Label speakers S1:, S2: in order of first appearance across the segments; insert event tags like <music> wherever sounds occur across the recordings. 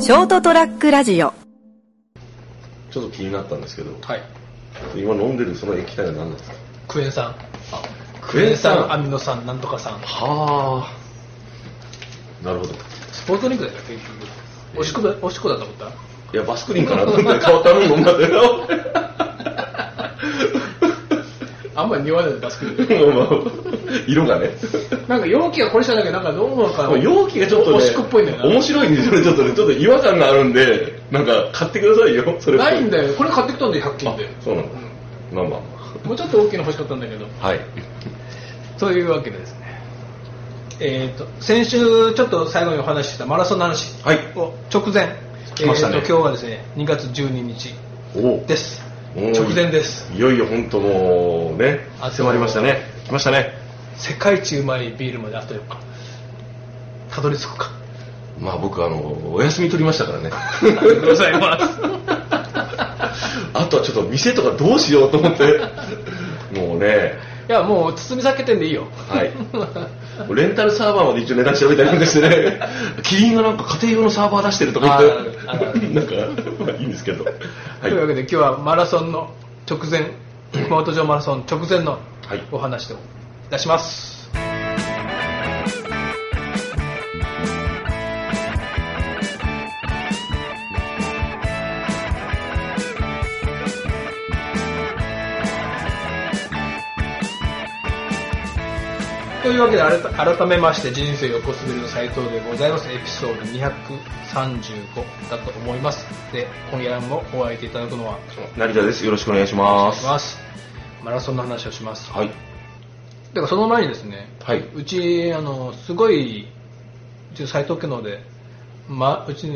S1: ショートトラックラジオ
S2: ちょっと気になったんですけど、
S3: はい。
S2: 今飲んでるその液体は何なんですか
S3: クエン酸。
S2: クエン酸
S3: アミノ酸、なんとか酸。
S2: はあなるほど
S3: スポーツドリンクだよ、結局。おしっこだ、おしっこだと
S2: <laughs>
S3: 思った
S2: いやバスクリンかなと思ったら変わったの飲んだけど
S3: あんまり匂わないでバスク
S2: <laughs>
S3: リン。
S2: <laughs> 色がね
S3: なんか容器がこれしただけどなんかどうもか。
S2: 容器がちょっと、ね、
S3: おしっこっぽいんだよな。
S2: 面白いんでそれちょっとねちょっと違和感があるんでなんか買ってくださいよそれ
S3: ないん
S2: よ
S3: だよ。これ買ってきたんだよ、100均で。
S2: そうなんだ、まあまあ
S3: もうちょっと大きいの欲しかったんだけど。
S2: まあはい
S3: というわけでですね。えっ、と、先週ちょっと最後にお話ししたマラソンの話
S2: はい
S3: を直前。
S2: 来ましたね
S3: えっ、と、今日はですね、2月12日
S2: おお
S3: です。
S2: お
S3: 直前です。
S2: いよいよ本当もうね
S3: あと
S2: 迫りましたね来ましたね
S3: 世界一うまいビールまであと4日。たどり着くか。
S2: まあ僕あのお休み取りましたからね
S3: ありがとうございます。
S2: あとはちょっと店とかどうしようと思
S3: <laughs>
S2: ってもうね
S3: <laughs> いや、もう包み避けてんでいいよ。
S2: はいレンタルサーバーまで一応値段調べたりなんかして
S3: <laughs>
S2: ねキリンがなんか家庭用のサーバー出してるとか
S3: あーあ
S2: 言って <laughs> なんか、まあ、いいんですけどは
S3: と
S2: い
S3: いうわけで今日はマラソンの直前、熊本城マラソン直前の
S2: はい
S3: お話をいたします。というわけで改改めまして人生横滑りの斉藤でございますエピソード235だと思いますで今夜もお会いいただくのは
S2: 成田ですよろしくお願いしま
S3: し
S2: す
S3: ますマラソンの話をします
S2: はい
S3: だからその前にですね
S2: はいう
S3: ちあのすごいうち斎藤家ので、ま、うちに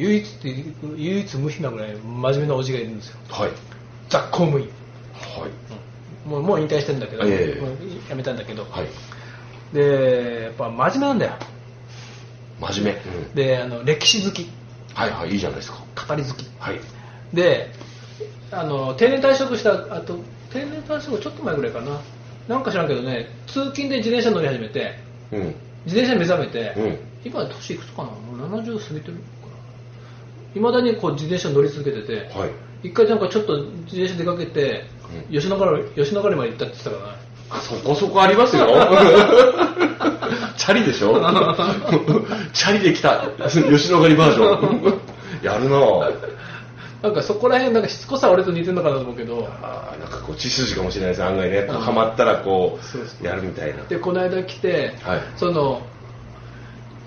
S3: 唯一っていう唯一無比なぐらい真面目なおじがいるんですよ
S2: はい
S3: 雑公務員
S2: はい
S3: もうもう引退してるんだけど、
S2: ええ
S3: もうやめたんだけど、
S2: はい
S3: でやっぱ真面目なんだよ
S2: 真面目、
S3: であの歴史好き
S2: はいはいいいじゃないですか
S3: 語り好き
S2: はい
S3: であの定年退職したあと定年退職ちょっと前ぐらいかななんか知らんけどね通勤で自転車乗り始めて
S2: うん
S3: 自転車に目覚めて、
S2: うん
S3: 今年いくつかなもう70過ぎてるのかないまだにこう自転車乗り続けてて、
S2: はい
S3: 一回なんかちょっと自転車出かけて、吉野ヶ里吉野ヶ里まで行ったって言ってたからな
S2: そこそこありますよ。 <laughs> チャリでしょ <laughs> チャリで来た。吉野ヶ里バージョン。やるなぁ
S3: なんかそこら辺なんかしつこさは俺と似てるのかなと思うけど
S2: あーなんかこう、血筋かもしれないです、案外ね。こうハマったらこ、
S3: そうそう
S2: やるみたいな。
S3: でこの間来て、
S2: はい
S3: その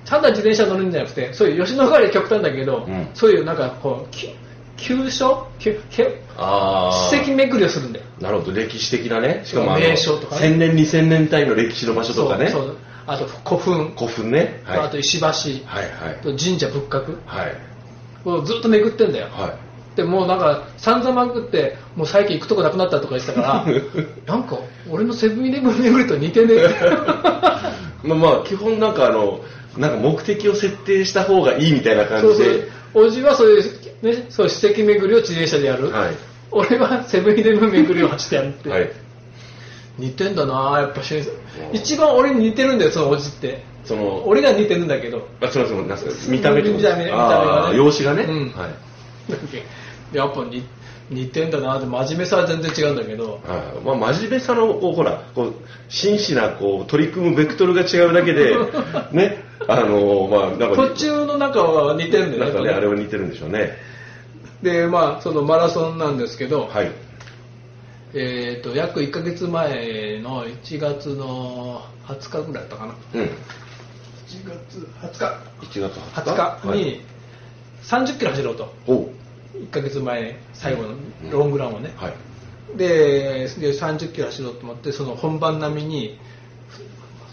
S3: ただ自転車乗るんじゃなくてそういう吉野ヶ里は極端だけど、
S2: うん
S3: そういうなんかこうき急所急急
S2: あ
S3: 史跡
S2: あ。
S3: 巡りをするんだよ
S2: なるほど、歴史的なね。しかもあの、
S3: 名所とかね
S2: 1000年、2000年単位の歴史の場所とかね。
S3: そうそうあと古墳、
S2: 古墳ね。はい。
S3: あと石橋、
S2: はいはい
S3: あ。と神社仏閣
S2: はい。
S3: をずっと巡ってんだよ、
S2: は
S3: でもうなんか散々巡ってもう最近行くとこなくなったとか言って
S2: <laughs>
S3: たからなんか俺のセブンイレブン巡りと似てねえ
S2: い。まあまあ、基本なんかあの、なんか目的を設定した方がいいみたいな感
S3: そう
S2: じ
S3: そ
S2: で
S3: う。おじはそういう,、ね、そういう史跡巡りを自転車でやる、
S2: はい。
S3: 俺はセブンイレブン巡りを走ってやるって、
S2: はい。
S3: 似てんだなやっぱし
S2: ん
S3: 一番俺に似てるんだよそのおじって
S2: その、
S3: 俺が似てるんだけど <laughs>
S2: あ、そもそも、なんすか、見た目ってこと
S3: 見た目見た目がね
S2: あー容姿がね。
S3: うん
S2: はい。
S3: やっぱ似似てんだなって真面目さは全然違うんだけど
S2: はいまあ、真面目さの、こう、ほら、こう、真摯な、こう、取り組むベクトルが違うだけ
S3: <laughs>
S2: で、ね、あのまあ、なんか
S3: 途、中の中は似てるん
S2: な
S3: だ
S2: ん
S3: よ
S2: かね、あれ
S3: ね
S2: は似てるんでしょうね。
S3: でまあそのマラソンなんですけど、
S2: はい。
S3: えー、と約1ヶ月前の1月の20日ぐらいだったかな
S2: うん。
S3: 1月20日
S2: 1月20日。
S3: 20日
S2: はい
S3: に30キロ走ろうと
S2: おう
S3: 1ヶ月前最後のロングランをね、
S2: はい。
S3: でで30キロ走ろうと思ってその本番並みに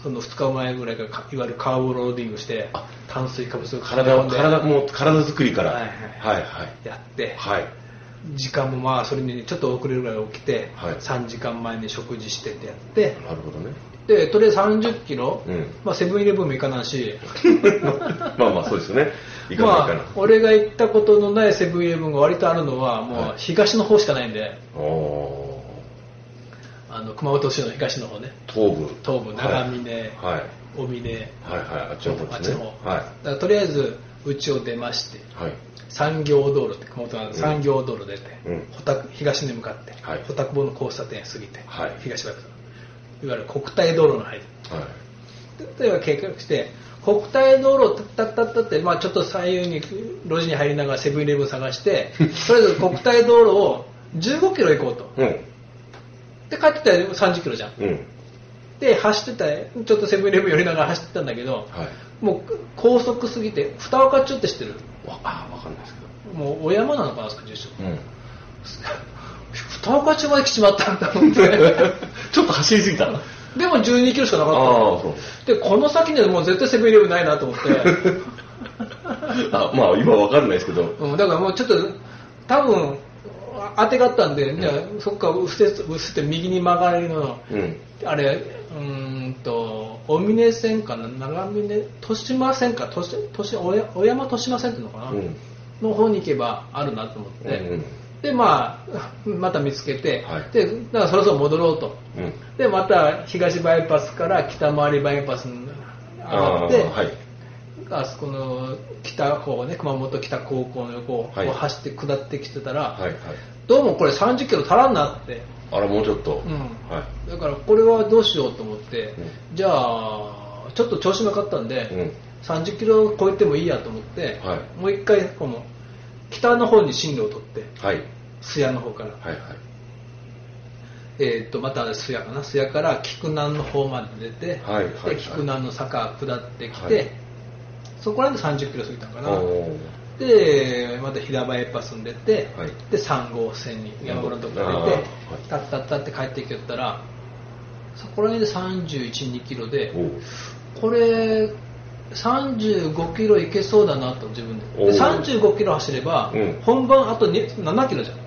S3: その2日前ぐらいからかいわゆるカーボローディングして
S2: あ
S3: 炭水化物を
S2: 体を、体、
S3: 体
S2: もう、体作りから。
S3: は
S2: はいい
S3: は
S2: はい。
S3: やって
S2: はい。
S3: 時間もまあそれにちょっと遅れるぐらい起きて、
S2: はい
S3: 3時間前に食事してってやって
S2: なるほどね。
S3: でとりあえず30キロ、
S2: うん <laughs>
S3: まあ、セブンイレブンも行かないし
S2: まあまあ、そうですよね。いか
S3: ま
S2: ないか
S3: あ
S2: な、。
S3: 俺が行ったことのないセブンイレブンが割とあるのはも
S2: は
S3: う
S2: い
S3: 東の方しかないんで、
S2: お
S3: あの熊本市の東の方ね
S2: ー東部。
S3: 東部長峰、
S2: はい。
S3: 尾峰
S2: はいはい、あっちの方
S3: あっ
S2: で
S3: ち
S2: す
S3: の
S2: ね。
S3: 方
S2: は
S3: だからとりあえずうちを出まして、
S2: はい。
S3: 産業道路って熊本のあの産業道路出て、
S2: うん
S3: 穂高東に向かって、
S2: はい
S3: 穂高坊の交差点過ぎて、
S2: はい
S3: 東バイパスいわゆる国体道路の入り
S2: はい。
S3: 例えば計画して国体道路をタッタッタッタって、まあ、ちょっと左右に路地に入りながらセブンイレブン探して
S2: <laughs>
S3: とりあえず国体道路を1 5キロ行こうと
S2: うん。
S3: で帰ってきたら3 0キロじゃん
S2: うん。
S3: で走ってたちょっとセブンイレブン寄りながら走ってたんだけど
S2: はい。
S3: もう高速すぎて二岡町って知ってる
S2: わ、あ、わかんないですけ
S3: もうお山なのかなあそこ住所
S2: ど。うん。
S3: <laughs> 二岡町まで来ちまったんだも
S2: <laughs>
S3: んね
S2: <laughs> ちょっと走りすぎた。あ
S3: でも1 2キロしかなかった
S2: あ、そう。
S3: でこの先にはもう絶対セブンイレブンないなと思って、
S2: <laughs> あ、まあ今わかんないですけど。
S3: うん、だからもうちょっと多分あ当てがあったんで、じゃあそっか右折右折って右に曲がれるの
S2: うん。
S3: あれうーんと大峰線かな長峰豊島線か豊豊島小山小山豊島線っていうのかな、
S2: うん。
S3: の方に行けばあるなと思って、
S2: うん。
S3: でまあ <laughs> また見つけて、
S2: はい
S3: でだからそろそろ戻ろうと
S2: うん。
S3: でまた東バイパスから北回りバイパスに上がって
S2: はい。
S3: あそこの北方ね熊本北高校の横を
S2: はい
S3: 走って下ってきてたら、
S2: はい。はい。
S3: どうもこれ3 0キロ足らんなって、
S2: あら、もうちょっと。
S3: うん
S2: は
S3: だからこれはどうしようと思って、
S2: う
S3: じゃあちょっと調子なかったんで、
S2: い。うん。
S3: 3 0キロ超えてもいいやと思って、
S2: は
S3: もう一回この北の方に進路を取って
S2: はい。
S3: 須谷の方から、
S2: はい。はい。
S3: えー、とまた須谷かな須谷から菊南の方まで出て、
S2: はいはいはい
S3: で菊南の坂下ってきて、
S2: はい
S3: そこら辺で3 0キロ過ぎたのかな、
S2: おー
S3: でまた平場へパスに出て、
S2: はい
S3: で3号線に山村のとこ
S2: あー
S3: ろ
S2: は
S3: 出
S2: い
S3: てタッタッタって帰ってきよったらそこら辺で3 1 2キロで
S2: おー
S3: これ35キロいけそうだなと自分で
S2: おう
S3: で35キロ走れば、
S2: うん
S3: 本番あとに7キロじゃん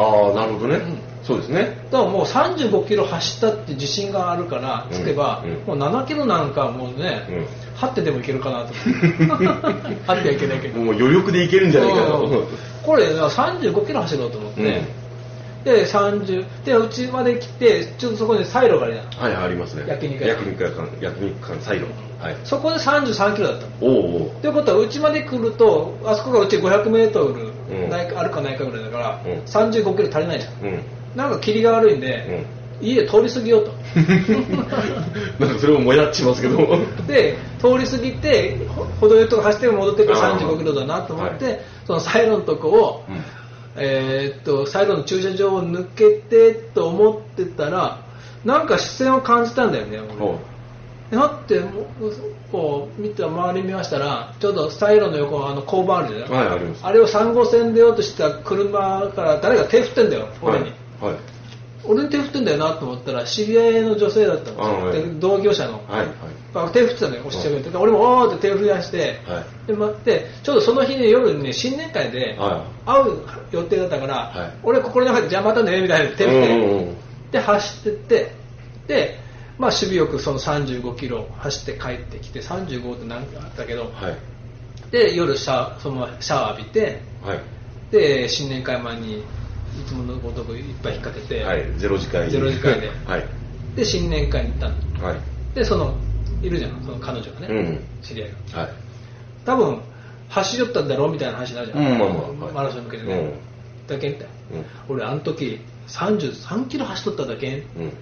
S2: ああ、なるほどね
S3: う。
S2: そうですね。
S3: だからもう35キロ走ったって自信があるからつけば、
S2: うん
S3: もう7キロなんかもうね、
S2: うん
S3: 張ってでもいけるかなと
S2: <laughs>
S3: 思って張ってはいけないけど
S2: もう余力でいけるんじゃないか
S3: うん
S2: と。
S3: これ35キロ走ろうと思って、で30でうちまで来てちょっとそこにサイロがあるじゃん
S2: はい、ありますね。
S3: 焼肉屋
S2: 焼肉屋館、焼肉館、サイロン。はい。
S3: そこで33キロだったの
S2: おーおー
S3: ということはうちまで来るとあそこがうち500メート
S2: う
S3: ル
S2: ん
S3: ないかあるかないかぐらいだから、
S2: うん
S3: 35キロ足りないじゃん
S2: うん。
S3: なんか霧が悪いんで、家通り過ぎ
S2: <laughs>
S3: ようと
S2: なんかそれももやっちますけど。
S3: で通り過ぎてほ歩道よとか走って戻ってくる
S2: あー
S3: 35キロだなと思って、
S2: は
S3: そのサイロのとこを、
S2: うん
S3: えーっとサイロの駐車場を抜けてと思ってたらなんか視線を感じたんだよね俺
S2: おう
S3: だってもうこう見て周り見ましたらちょうどサイロの横のあの交番あるじゃない
S2: はい、あります。
S3: あれを3号線出ようとした車から誰か手振ってんだよ俺に、
S2: はい。はい。
S3: 俺に手振ってんだよなと思ったら知り合いの女性だったの、
S2: あはい
S3: で同業者の、
S2: はい。
S3: あ手振ってたのよ押しちゃうよってで俺もおーって手振り出して、
S2: はい。
S3: で待ってちょうどその日ね夜にね新年会で
S2: は
S3: 会う予定だったから、
S2: はい。
S3: 俺心の中でじゃあまたねみたいない手振っ
S2: う
S3: て、
S2: んうんうん
S3: で走ってってで、まあ、守備よくその35キロ走って帰ってきて35って何かあったけど
S2: はい。
S3: で夜シャそのままシャワー浴びて
S2: はい。
S3: で新年会前にいつものごとくいっぱい引っ掛けて、
S2: はい、ゼロ次回
S3: ゼロ次回で
S2: はい。
S3: で新年会に行ったの
S2: はい。
S3: でそのいるじゃんその彼女がね、
S2: うん。
S3: 知り合いが
S2: はい。
S3: 多分走り寄ったんだろうみたいな話になるじゃん、
S2: うんまあまあはい
S3: マラソンに向けてね、だけんって
S2: うん。うん。
S3: 俺あの時33キロ走っとっただけんって
S2: うん。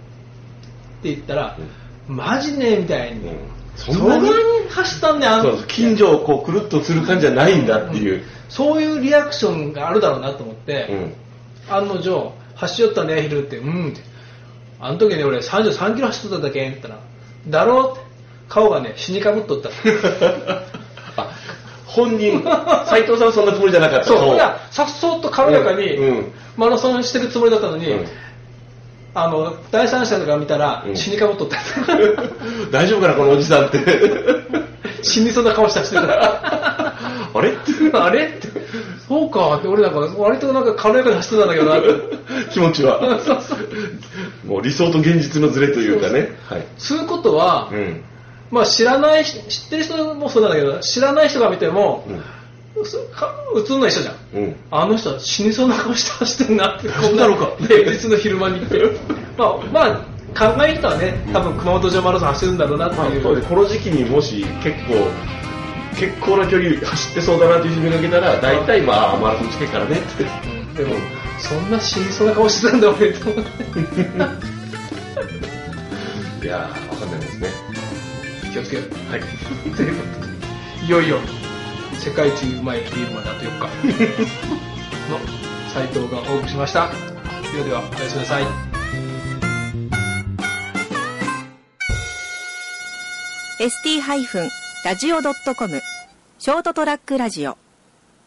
S3: 言ったら、マジねみたいに、
S2: うん
S3: そんなに走ったんだよあ
S2: そう
S3: の
S2: そう近所をこうくるっとする感じじゃないんだっていう。
S3: そういうリアクションがあるだろうなと思っ
S2: う
S3: て、
S2: ん。
S3: 案の定走り寄ったねヒルってうんってあの時ね俺33キロ走っとっただけんって言ったらだろうって顔がね死にかぶっ
S2: <laughs>
S3: とった
S2: あ、本人、斎藤さんはそんなつもりじゃなかった。
S3: そう
S2: 顔
S3: ほらさっそうと軽やかに、
S2: うんうん
S3: マラソンしてるつもりだったのに、
S2: うん
S3: あの第三者とか見たら、
S2: うん
S3: 死にかぶっとった
S2: <laughs> 大丈夫かな、このおじさんって。
S3: 死にそうな顔したしてた <laughs>
S2: あれって
S3: あれってそうかって俺なんか割となんか軽やかに走ってたんだけどなって
S2: 気持ちは。もう理想と現実のズレというかね。はい。
S3: そういうことは、
S2: うん。
S3: まあ知らない人知ってる人もそうなんだけど知らない人が見ても、うつか映んない人じゃん
S2: うん。うん。
S3: あの人は死にそうな顔して走ってん <laughs> なってこん
S2: そう
S3: な
S2: なのか
S3: 平日の昼間にって <laughs> まあまあ考える人はね多分熊本城マラソン走るんだろうなって
S2: まあ、
S3: いう、
S2: そうですこの時期にもし結構結構な距離走ってそうだなっていう自分が抜けたら、大体まあ、マラソン近いからねって。
S3: でも、そんな死にそうな顔してたんだ俺と思って。
S2: いやー、わかんないですね。
S3: <laughs> 気をつけよう。
S2: はい。
S3: ということでいよいよ、世界一うまいビールまであと4日 <laughs> の斉藤がお送りしました。ではでは、おやすみなさい。
S1: ST-radio.com ショートトラックラジオ